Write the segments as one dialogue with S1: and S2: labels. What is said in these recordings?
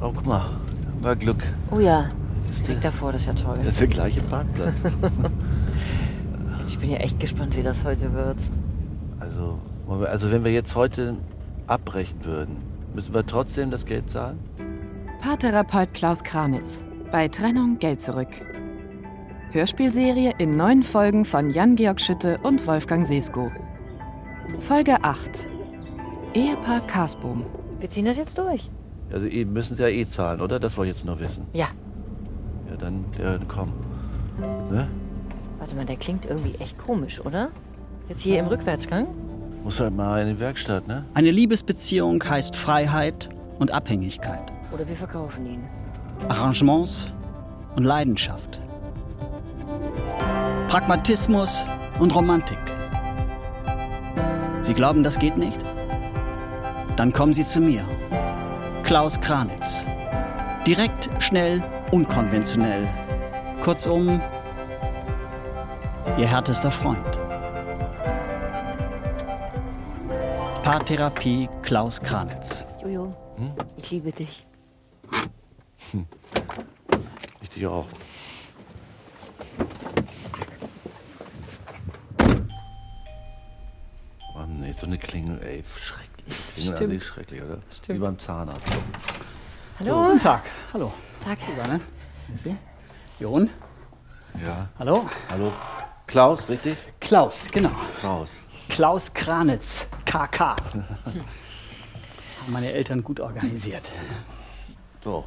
S1: Oh, guck mal. Haben wir Glück.
S2: Oh ja,
S1: Das ist, der,
S2: direkt davor, das ist ja
S1: das
S2: toll.
S1: ist der gleiche Parkplatz.
S2: Ich bin ja echt gespannt, wie das heute wird.
S1: also, wollen wir- also wenn wir jetzt heute abbrechen würden, müssen wir trotzdem das Geld zahlen?
S3: Paartherapeut Klaus Kranitz. Bei Trennung Geld zurück. Hörspielserie in neun Folgen von Jan-Georg Schütte und Wolfgang Sesko. Folge 8. Ehepaar Kasboom.
S2: Wir ziehen das jetzt durch.
S1: Also eh- müssen sie ja eh zahlen, oder? Das wollte ich jetzt nur wissen.
S2: Ja,
S1: Ja, dann äh, komm. Ne?
S2: warte mal, der klingt irgendwie echt komisch, oder? Jetzt hier im Rückwärtsgang?
S1: Muss halt mal in die Werkstatt, ne?
S4: Eine Liebesbeziehung heißt Freiheit und Abhängigkeit,
S2: Oder wir verkaufen ihn.
S4: Arrangements und Leidenschaft, Pragmatismus und Romantik. Sie glauben, das geht nicht? Dann kommen Sie zu mir, Klaus Kranitz. Direkt, schnell, unkonventionell. Kurzum, Ihr härtester Freund. Paartherapie Klaus Kranitz.
S2: Jojo,
S4: Hm?
S2: ich liebe dich.
S1: Ich dich auch. Mann, nee, so eine Klingel, ey, schrecklich. Klingel an sich schrecklich, oder? Stimmt. Wie beim Zahnarzt.
S2: Hallo?
S4: Tag. Hallo.
S2: Tag.
S4: Susanne. Grüß Sie. Jon.
S1: Ja.
S4: Hallo.
S1: Hallo? Klaus, richtig?
S4: Klaus, genau.
S1: Klaus.
S4: Klaus Kranitz, KK. Haben meine Eltern gut organisiert.
S1: So.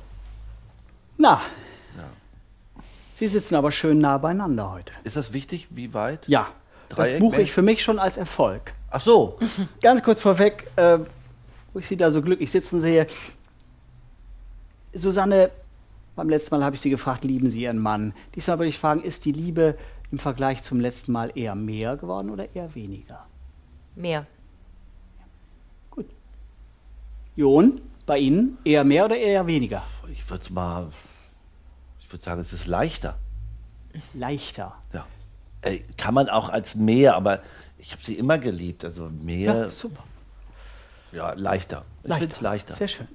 S4: Na. Sie sitzen aber schön nah beieinander heute.
S1: Ist das wichtig? Wie weit?
S4: Ja.
S1: Dreieck,
S4: das buche
S1: Mensch.
S4: ich für mich schon als Erfolg.
S1: Ach so.
S4: Ganz kurz vorweg, äh, wo ich Sie da so glücklich sitzen sehe. Susanne, beim letzten Mal habe ich Sie gefragt, lieben Sie Ihren Mann? Diesmal würde ich fragen, ist die Liebe im Vergleich zum letzten Mal eher mehr geworden oder eher weniger?
S2: Mehr.
S4: Gut. Jon, bei Ihnen eher mehr oder eher weniger?
S1: Ich würde mal. Ich würde sagen, es ist leichter.
S4: Leichter.
S1: Ja. Ey, kann man auch als mehr, aber ich habe sie immer geliebt. Also mehr,
S4: super.
S1: ja, leichter. Ich finde es leichter.
S4: Sehr schön.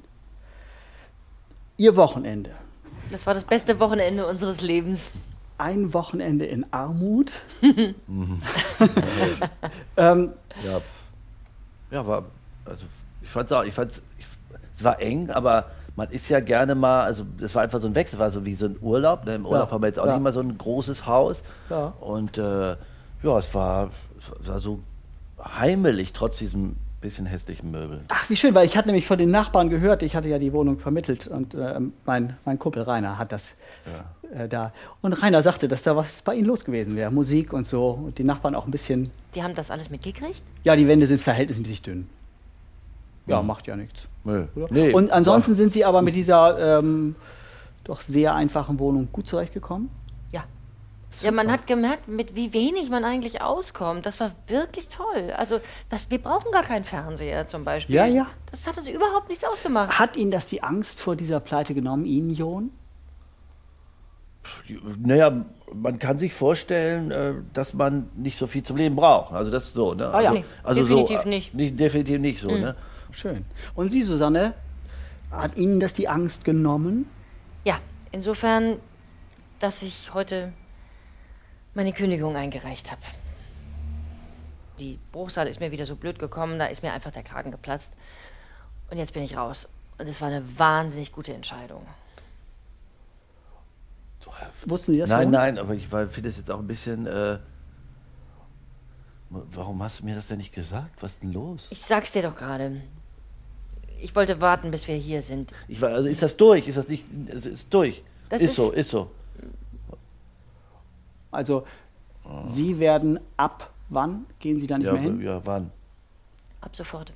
S4: Ihr Wochenende.
S2: Das war das beste Wochenende unseres Lebens.
S4: Ein Wochenende in Armut. ähm,
S1: Ja, pf. ja war, also ich fand's auch, ich fand's, ich, es war eng, aber man ist ja gerne mal, also es war einfach so ein Wechsel, war so wie so ein Urlaub. Ne? Im Urlaub haben wir jetzt auch
S4: ja.
S1: nicht mal so ein großes Haus.
S4: Ja.
S1: Und äh, ja, es war, es war so heimelig, trotz diesem bisschen hässlichen Möbel.
S4: Ach, wie schön, weil ich hatte nämlich von den Nachbarn gehört, ich hatte ja die Wohnung vermittelt und äh, mein, mein Kumpel Rainer hat das äh, da. Und Rainer sagte, dass da was bei ihnen los gewesen wäre, Musik und so. Und die Nachbarn auch ein bisschen,
S2: Die haben das alles mitgekriegt?
S4: ja, die Wände sind verhältnismäßig dünn. Ja, macht ja nichts.
S1: Nö.
S4: Oder?
S1: Mhm. Nee,
S4: und ansonsten
S1: war-
S4: sind sie aber mit dieser ähm, doch sehr einfachen Wohnung gut zurechtgekommen.
S2: Ja. Ja, man hat gemerkt, mit wie wenig man eigentlich auskommt. Das war wirklich toll. Also, was, wir brauchen gar keinen Fernseher zum Beispiel.
S4: Ja, ja.
S2: Das hat uns überhaupt nichts ausgemacht.
S4: Hat Ihnen das die Angst vor dieser Pleite genommen, Ihnen, Jon?
S1: Naja, man kann sich vorstellen, äh, dass man nicht so viel zum Leben braucht. Also das so, ne?
S4: Ah, ja.
S1: also,
S2: Nee,
S1: also
S2: definitiv
S1: so, äh,
S2: nicht. Mhm.
S1: Definitiv nicht so, ne?
S4: Schön. Und Sie, Susanne, hat Ihnen das die Angst genommen?
S2: Ja, insofern, dass ich heute meine Kündigung eingereicht habe. Die Bruchsal ist mir wieder so blöd gekommen, da ist mir einfach der Kragen geplatzt. Und jetzt bin ich raus. Und es war eine wahnsinnig gute Entscheidung.
S4: Wussten Sie das
S1: Nein,
S4: schon?
S1: nein, aber ich war- finde es jetzt auch ein bisschen. Äh, m- warum hast du mir das denn nicht gesagt? Was ist denn los?
S2: Ich sag's dir doch gerade. Ich wollte warten, bis wir hier sind.
S1: Ich war, also ist das durch? Ist das nicht. Also ist durch.
S2: Das
S1: ist,
S2: ist-
S1: so, ist so.
S4: Also, Sie werden ab wann gehen Sie da nicht
S1: Ja,
S4: mehr hin?
S1: ja, wann?
S2: Ab sofort.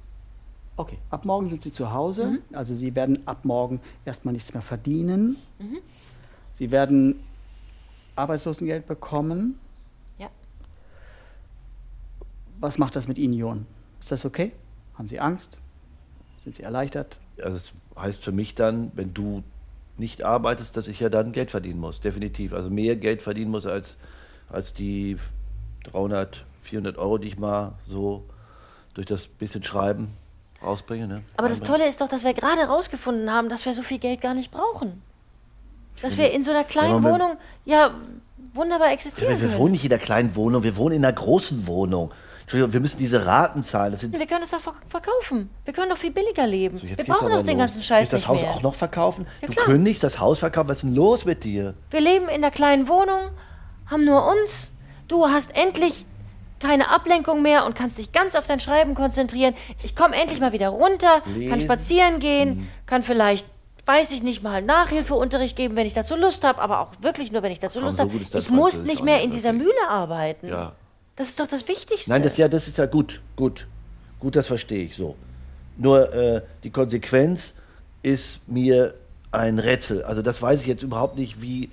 S4: Okay, ab morgen sind Sie zu Hause. Also, Sie werden ab morgen erstmal nichts mehr verdienen. Sie werden Arbeitslosengeld bekommen.
S2: Ja.
S4: Was macht das mit Ihnen, Jon? Ist das okay? Haben Sie Angst? Sind Sie erleichtert?
S1: Also es heißt für mich dann, wenn du nicht arbeitest, dass ich ja dann Geld verdienen muss, definitiv. Also mehr Geld verdienen muss als, als die 300, 400 Euro, die ich mal so durch das bisschen Schreiben rausbringe. Ne?
S2: Aber das
S1: Einbringe.
S2: Tolle ist doch, dass wir gerade rausgefunden haben, dass wir so viel Geld gar nicht brauchen. Dass wir in so einer kleinen
S1: Moment.
S2: Wohnung ja wunderbar existieren
S1: Wir, wir
S2: können.
S1: wohnen nicht in der kleinen Wohnung, wir wohnen in einer großen Wohnung. Entschuldigung, wir müssen diese Raten zahlen. Das sind,
S2: Wir können es doch ver- verkaufen. Wir können doch viel billiger leben.
S1: So,
S2: wir
S1: geht's
S2: brauchen
S1: aber
S2: doch den
S1: los.
S2: ganzen
S1: Willst
S2: Scheiß
S1: du das
S2: nicht
S1: Haus
S2: mehr.
S1: auch noch verkaufen?
S2: Ja,
S1: du
S2: klar.
S1: kündigst das Haus verkaufen. Was ist denn los mit dir?
S2: Wir leben in der kleinen Wohnung, haben nur uns. Du hast endlich keine Ablenkung mehr und kannst dich ganz auf dein Schreiben konzentrieren. Ich komme endlich mal wieder runter, kann
S1: Lesen. Mhm.
S2: spazieren gehen, kann vielleicht, weiß ich nicht, mal Nachhilfeunterricht geben, wenn ich dazu Lust habe, aber auch wirklich nur, wenn ich dazu
S1: Komm,
S2: Lust
S1: so
S2: habe.
S1: gut ist dein
S2: Ich muss
S1: Französisch
S2: nicht
S1: auch
S2: mehr
S1: nicht
S2: in dieser
S1: wirklich.
S2: Mühle arbeiten.
S1: Ja.
S2: Das ist doch das Wichtigste.
S1: Nein, das, ja, das ist ja gut, gut. Gut, das verstehe ich so. Nur äh, die Konsequenz ist mir ein Rätsel. Also das weiß ich jetzt überhaupt nicht, wie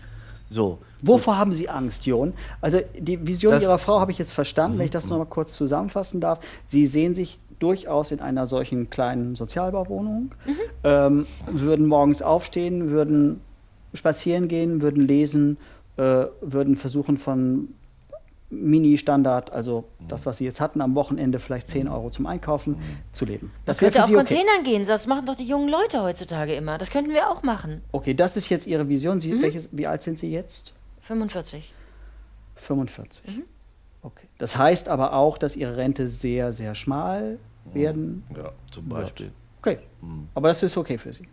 S1: so.
S4: Wovor haben Sie Angst, Jon? Also die Vision
S1: Das-
S4: Ihrer Frau habe ich jetzt verstanden, wenn ich das nochmal kurz zusammenfassen darf. Sie sehen sich durchaus in einer solchen kleinen Sozialbauwohnung,
S2: Mhm.
S4: ähm, würden morgens aufstehen, würden spazieren gehen, würden lesen, äh, würden versuchen von Mini-Standard, also das, was Sie jetzt hatten am Wochenende, vielleicht 10 Euro zum Einkaufen, zu leben.
S2: das
S4: wäre
S2: könnte auf Containern gehen, das machen doch die jungen Leute heutzutage immer. Das könnten wir auch machen.
S4: Okay, das ist jetzt Ihre Vision. Sie,
S2: Mhm.
S4: welches, wie alt sind Sie jetzt?
S2: 45.
S4: 45.
S2: Mhm.
S4: Okay. Das heißt aber auch, dass Ihre Rente sehr, sehr schmal werden
S1: Ja, zum
S4: wird. Okay.
S1: Mhm.
S4: Aber das ist okay für Sie.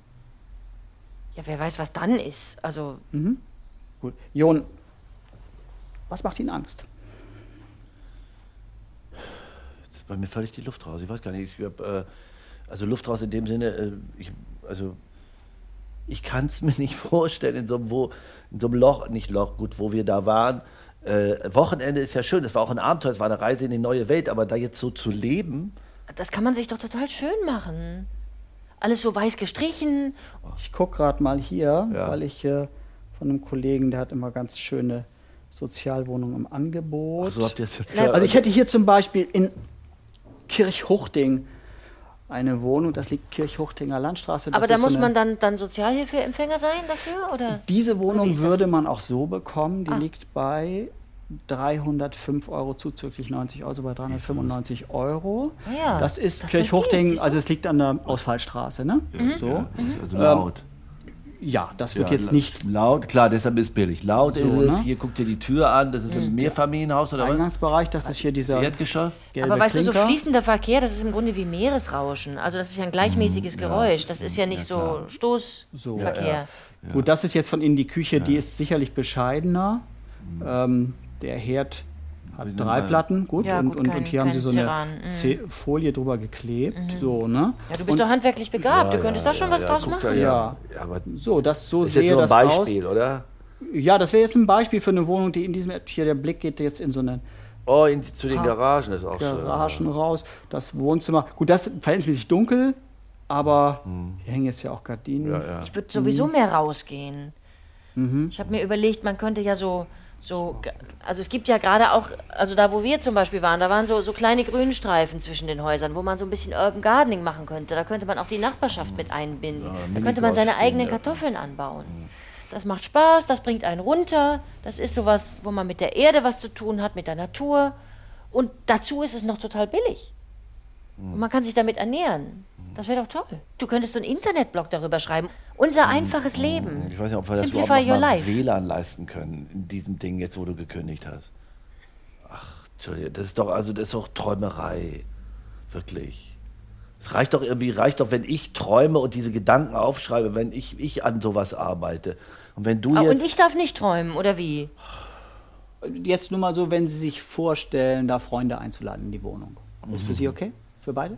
S2: Ja, wer weiß, was dann ist. Also,
S4: Gut. Jon, was macht Ihnen Angst?
S1: Jetzt ist bei mir völlig die Luft raus. Ich weiß gar nicht. Ich hab, äh, also Luft raus in dem Sinne, äh, ich, also ich kann es mir nicht vorstellen, in so, einem, wo, in so einem Loch, nicht Loch, gut, wo wir da waren. Äh, Wochenende ist ja schön, es war auch ein Abenteuer, es war eine Reise in die neue Welt, aber da jetzt so zu leben,
S2: Das kann man sich doch total schön machen. Alles so weiß gestrichen.
S4: Ich gucke gerade mal hier,
S1: Ja.
S4: weil ich äh, von einem Kollegen, der hat immer ganz schöne Sozialwohnungen im Angebot.
S1: so habt ihr es
S2: Ja,
S4: Also ich hätte hier zum Beispiel in Kirchhuchting eine Wohnung, das liegt Kirchhuchtinger Landstraße. Das
S2: Aber da
S4: ist
S2: muss
S4: so eine-
S2: man dann, dann Sozialhilfeempfänger sein dafür, oder?
S4: Diese
S2: Oder wie
S4: Wohnung
S2: ist das?
S4: würde man auch so bekommen, die
S2: Ah.
S4: liegt bei 305 Euro zuzüglich 90 Euro, also bei 395 Euro.
S2: Ah ja,
S4: das ist
S2: das- das geht,
S4: Kirchhochting,
S2: siehst du?
S4: also es liegt an der Ausfallstraße, ne? So.
S1: Also laut.
S4: Ja, das Ähm, wird
S1: Ja,
S4: jetzt
S1: la-
S4: nicht
S1: Laut, klar, deshalb ist es billig. Laut
S4: So,
S1: ist es,
S4: ne? Mhm.
S1: hier guckt ihr die Tür an, das ist ein Mehrfamilienhaus oder was?
S4: Eingangsbereich, das ist hier dieser
S1: Erdgeschoss?
S4: gelbe
S2: Aber weißt du, so
S4: Klinker.
S2: fließender Verkehr, das ist im Grunde wie Meeresrauschen. Also das ist ja ein gleichmäßiges Geräusch. Das ist ja nicht so
S4: So.
S2: Stoßverkehr.
S4: Gut, das ist jetzt von innen die Küche, die ist sicherlich bescheidener. Ähm, der Herd hat
S1: Mhm. Wie
S4: drei
S1: normal.
S4: Platten, gut,
S2: Ja,
S4: und,
S2: gut,
S4: und,
S2: kein-
S4: und hier haben sie
S2: kein
S4: so eine
S2: Terran, mm.
S4: Ze- Folie drüber geklebt, so, ne?
S2: Ja, du bist doch handwerklich begabt. du könntest da schon was draus machen.
S1: Ja,
S4: Ja.
S1: ja aber
S4: So, das so
S1: das ist
S4: sehe
S1: jetzt nur ein
S4: das
S1: Beispiel, oder?
S4: aus. Ja, das wäre jetzt ein Beispiel für eine Wohnung, die in diesem hier der Blick geht jetzt in so eine
S1: Oh, in, zu den
S4: Ah.
S1: Garagen ist auch
S4: Garagen
S1: schön.
S4: raus, das Wohnzimmer. Gut, das ist verhältnismäßig dunkel, aber hier hängen jetzt ja auch Gardinen.
S1: Hm. Ja, Mhm. ja.
S2: Ich würde sowieso mehr rausgehen. Ich habe mir überlegt, man könnte ja so, so, g- also es gibt ja gerade auch, also da wo wir zum Beispiel waren, da waren so, so kleine Grünstreifen zwischen den Häusern, wo man so ein bisschen Urban Gardening machen könnte. Da könnte man auch die Nachbarschaft mit einbinden. da könnte man seine
S1: Minigolf spielen, ja.
S2: eigenen
S1: Mhm.
S2: Kartoffeln anbauen. Das macht Spaß, das bringt einen runter. Das ist sowas, wo man mit der Erde was zu tun hat, mit der Natur. Und dazu ist es noch total billig. Und man kann sich damit ernähren. Das wäre doch toll. Du könntest so einen Internetblog darüber schreiben. Unser einfaches Leben.
S1: Ich weiß nicht, ob wir das
S2: Simplify
S1: überhaupt
S2: your
S1: noch mal
S2: life.
S1: WLAN leisten können in diesem Ding jetzt, wo du gekündigt hast. Ach, Entschuldigung, das ist doch also das ist doch Träumerei, wirklich. Es reicht doch irgendwie, reicht doch, wenn ich träume und diese Gedanken aufschreibe, wenn ich, ich an sowas arbeite. Und wenn du
S2: Ah,
S1: jetzt
S2: und ich darf nicht träumen, oder wie?
S4: Jetzt nur mal so, wenn Sie sich vorstellen, da Freunde einzuladen in die Wohnung. Ist für Sie
S1: Mhm.
S4: okay? Für beide?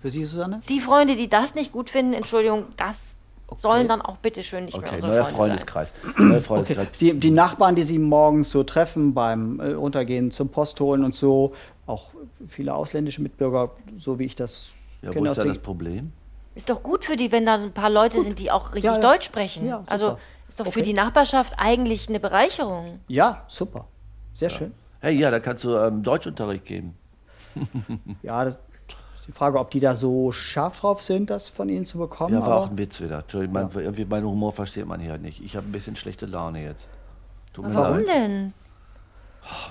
S4: Für Sie, Susanne?
S2: Die Freunde, die das nicht gut finden, Entschuldigung, das sollen dann auch bitte schön nicht mehr
S1: Okay,
S2: unsere
S1: neuer
S2: Freunde
S1: Freundeskreis. Neuer Freundeskreis.
S4: Okay. Die, die Nachbarn, die Sie morgens so treffen beim äh, Runtergehen zum Post holen und so, auch viele ausländische Mitbürger, so wie ich das
S1: Ja, wo
S4: kenne
S1: ist
S4: aus
S1: da
S4: der-
S1: das Problem?
S2: sein. Ist doch gut für die, wenn da ein paar Leute sind, die auch richtig
S4: Ja, ja.
S2: Deutsch sprechen.
S4: Ja, super.
S2: also ist doch für
S4: Okay.
S2: die Nachbarschaft eigentlich eine Bereicherung.
S4: Ja, super. Sehr schön.
S1: Hey, ja, da kannst du ähm, Deutschunterricht geben.
S4: Ja, das ist die Frage, ob die da so scharf drauf sind, das von Ihnen zu bekommen.
S1: Ja, war
S4: aber
S1: auch ein Witz wieder. Entschuldigung, mein, irgendwie meinen Humor versteht man hier halt nicht. Ich habe ein bisschen schlechte Laune jetzt. Tut mir
S2: Warum
S1: leid.
S2: denn?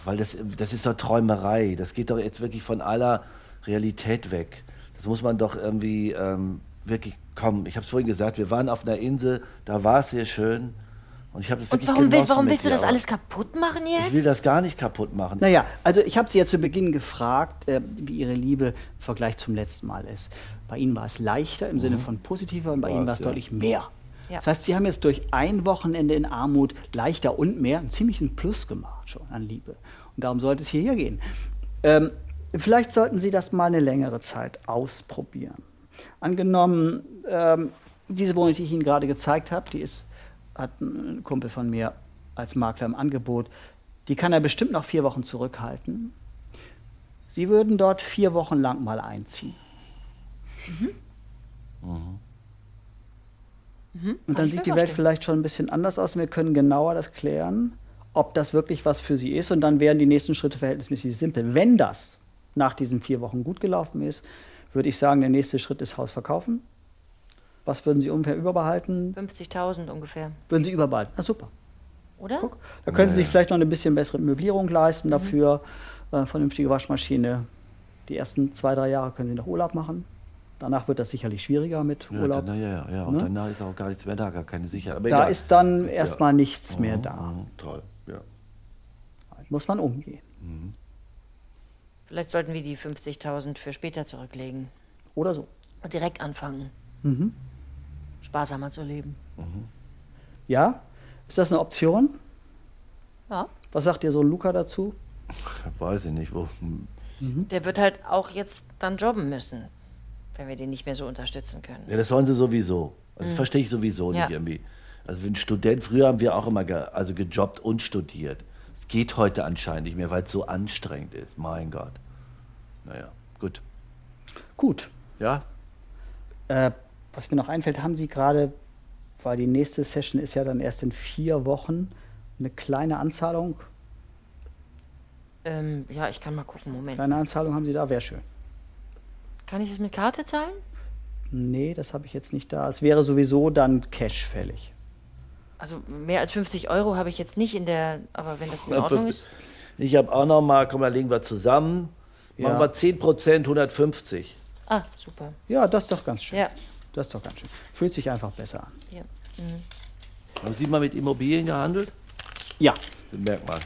S1: Weil das, das ist doch Träumerei. Das geht doch jetzt wirklich von aller Realität weg. Das muss man doch irgendwie ähm, wirklich kommen. Ich habe es vorhin gesagt, wir waren auf einer Insel, da war es sehr schön. Und ich habe es
S2: Und
S1: wirklich
S2: warum, will,
S1: genossen
S2: warum
S1: mit
S2: willst du
S1: dir,
S2: das
S1: aber
S2: alles kaputt machen
S1: Ich will
S2: jetzt?
S1: das gar nicht kaputt machen.
S4: Naja, also ich habe Sie ja zu Beginn gefragt, äh, wie Ihre Liebe im Vergleich zum letzten Mal ist. Bei Ihnen war es leichter im Sinne von positiver und bei
S1: Mhm. War es,
S4: Ihnen war es
S1: ja.
S4: deutlich mehr.
S2: Ja.
S4: Das heißt, Sie haben jetzt durch ein Wochenende in Armut leichter und mehr einen ziemlichen Plus gemacht schon an Liebe. Und darum sollte es hierher gehen. Ähm, vielleicht sollten Sie das mal eine längere Zeit ausprobieren. Angenommen, ähm, diese Wohnung, die ich Ihnen gerade gezeigt habe, die ist, hat ein Kumpel von mir als Makler im Angebot. Die kann er bestimmt nach vier Wochen zurückhalten. Sie würden dort vier Wochen lang mal einziehen. Und
S2: Kann
S4: dann
S2: ich mir
S4: sieht die Welt
S2: vorstellen.
S4: vielleicht schon ein bisschen anders aus. und Wir können genauer das klären, ob das wirklich was für sie ist. Und dann wären die nächsten Schritte verhältnismäßig simpel. Wenn das nach diesen vier Wochen gut gelaufen ist, würde ich sagen, der nächste Schritt ist Haus verkaufen. Was würden Sie ungefähr überbehalten?
S2: 50.000 ungefähr,
S4: Würden Sie überbehalten. Na super.
S2: oder?
S4: Guck, da können Sie sich vielleicht noch eine bisschen bessere Möblierung
S2: Mhm.
S4: leisten dafür, äh, vernünftige Waschmaschine. Die ersten zwei, drei Jahre können Sie noch Urlaub machen. Danach wird das sicherlich schwieriger mit
S1: Ja,
S4: Urlaub.
S1: dann, ja, ja, ja. Und
S4: Ne?
S1: danach ist auch gar nichts mehr da, gar keine Sicherheit. Aber
S4: da
S1: egal.
S4: ist dann erstmal nichts mehr da.
S1: Mhm, Toll, ja.
S4: Muss man umgehen.
S2: Vielleicht sollten wir die 50.000 für später zurücklegen
S4: Oder so.
S2: und direkt anfangen, Mhm. sparsamer zu leben.
S4: Ja? Ist das eine Option?
S2: Ja.
S4: Was sagt ihr so Luca dazu?
S1: Weiß ich nicht, wo.
S2: Der wird halt auch jetzt dann jobben müssen, wenn wir den nicht mehr so unterstützen können.
S1: Ja, das sollen sie sowieso. Also, Das verstehe ich sowieso
S2: Mhm. Ja.
S1: nicht irgendwie. Also wenn Student, früher haben wir auch immer ge, also gejobbt und studiert. Es geht heute anscheinend nicht mehr, weil es so anstrengend ist. Mein Gott. Naja, gut.
S4: Gut.
S1: Ja?
S4: Äh, was mir noch einfällt, haben Sie gerade, weil die nächste Session ist ja dann erst in vier Wochen, eine kleine Anzahlung.
S2: Ähm, ja, ich kann mal gucken. Moment.
S4: Kleine Anzahlung haben Sie da, wäre schön.
S2: Kann ich es mit Karte zahlen?
S4: Nee, das habe ich jetzt nicht da. Es wäre sowieso dann Cash fällig.
S2: Also mehr als 50 Euro habe ich jetzt nicht in der, aber wenn Also das in Ordnung ist.
S1: Ich habe auch noch mal, komm, da legen wir zusammen.
S4: Ja.
S1: Machen wir 10 Prozent, 150.
S2: Ah, super.
S4: Ja, das ist doch ganz schön.
S2: Ja.
S4: Das ist doch ganz schön. Fühlt sich einfach besser an.
S2: Ja.
S1: Haben Sie mal mit Immobilien gehandelt?
S4: Ja,
S1: Das merkt man.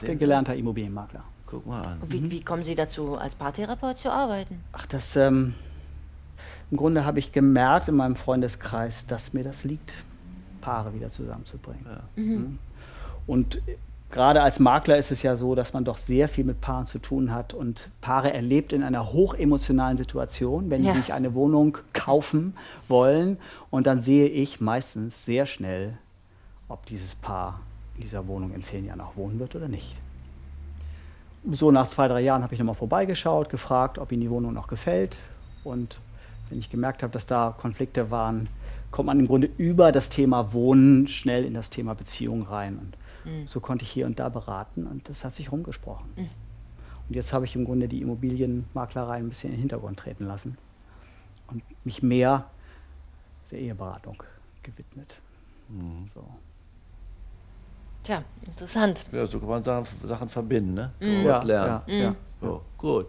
S4: bin gelernter Immobilienmakler.
S1: Guck mal an.
S2: Und wie, wie kommen Sie dazu, als Paartherapeut zu arbeiten?
S4: Ach, das, ähm, im Grunde habe ich gemerkt in meinem Freundeskreis, dass mir das liegt, Paare wieder zusammenzubringen. Mhm. Und gerade als Makler ist es ja so, dass man doch sehr viel mit Paaren zu tun hat und Paare erlebt in einer hochemotionalen Situation, wenn
S2: Ja.
S4: sie sich eine Wohnung kaufen wollen. Und dann sehe ich meistens sehr schnell, ob dieses Paar in dieser Wohnung in zehn Jahren auch wohnen wird oder nicht. So nach zwei, drei Jahren habe ich nochmal vorbeigeschaut, gefragt, ob ihnen die Wohnung noch gefällt. Und wenn ich gemerkt habe, dass da Konflikte waren, kommt man im Grunde über das Thema Wohnen schnell in das Thema Beziehung rein. Und so konnte ich hier und da beraten und das hat sich rumgesprochen. Und jetzt habe ich im Grunde die Immobilienmaklerei ein bisschen in den Hintergrund treten lassen und mich mehr der Eheberatung gewidmet.
S1: Mhm.
S4: So.
S2: Tja, interessant.
S1: Ja, so kann man Sachen, Sachen verbinden, ne? Kann man
S2: Mhm.
S4: Ja,
S1: was lernen.
S4: ja, ja.
S1: So, gut.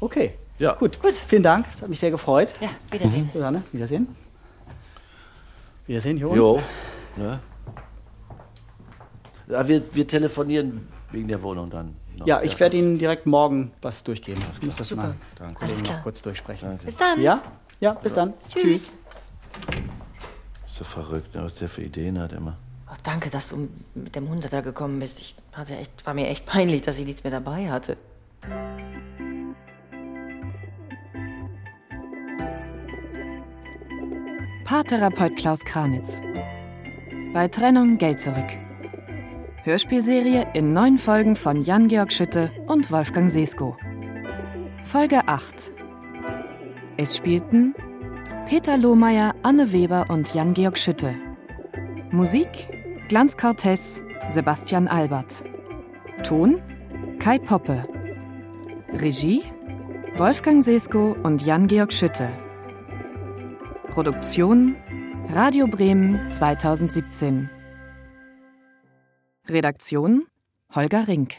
S4: Okay,
S1: Ja.
S4: gut. gut. Vielen Dank, es hat mich sehr gefreut.
S2: Ja, Wiedersehen.
S4: Susanne, Wiedersehen. Wiedersehen, Jürgen.
S1: Jo. Ne? Ja, wir, wir telefonieren wegen der Wohnung dann. noch.
S4: Ja, ich werde Ihnen direkt morgen was durchgeben. Ich muss das mal
S1: Danke.
S2: Alles
S4: noch
S2: klar.
S4: kurz durchsprechen.
S2: Bis dann.
S4: Ja? Ja, bis dann.
S2: Tschüss.
S1: Ist ja verrückt, ne? was der für Ideen hat immer.
S2: Ach, danke, dass du mit dem Hunderter gekommen bist. Ich hatte echt, war mir echt peinlich, dass ich nichts mehr dabei hatte.
S3: Paartherapeut Klaus Kranitz. Bei Trennung Geld zurück. Hörspielserie in neun Folgen von Jan-Georg Schütte und Wolfgang Sesko. Folge 8. Es spielten Peter Lohmeier, Anne Weber und Jan-Georg Schütte. Musik Glanz Cortez, Sebastian Albert. Ton Kai Poppe. Regie Wolfgang Sesko und Jan-Georg Schütte. Produktion Radio Bremen 2017. Redaktion Holger Rink.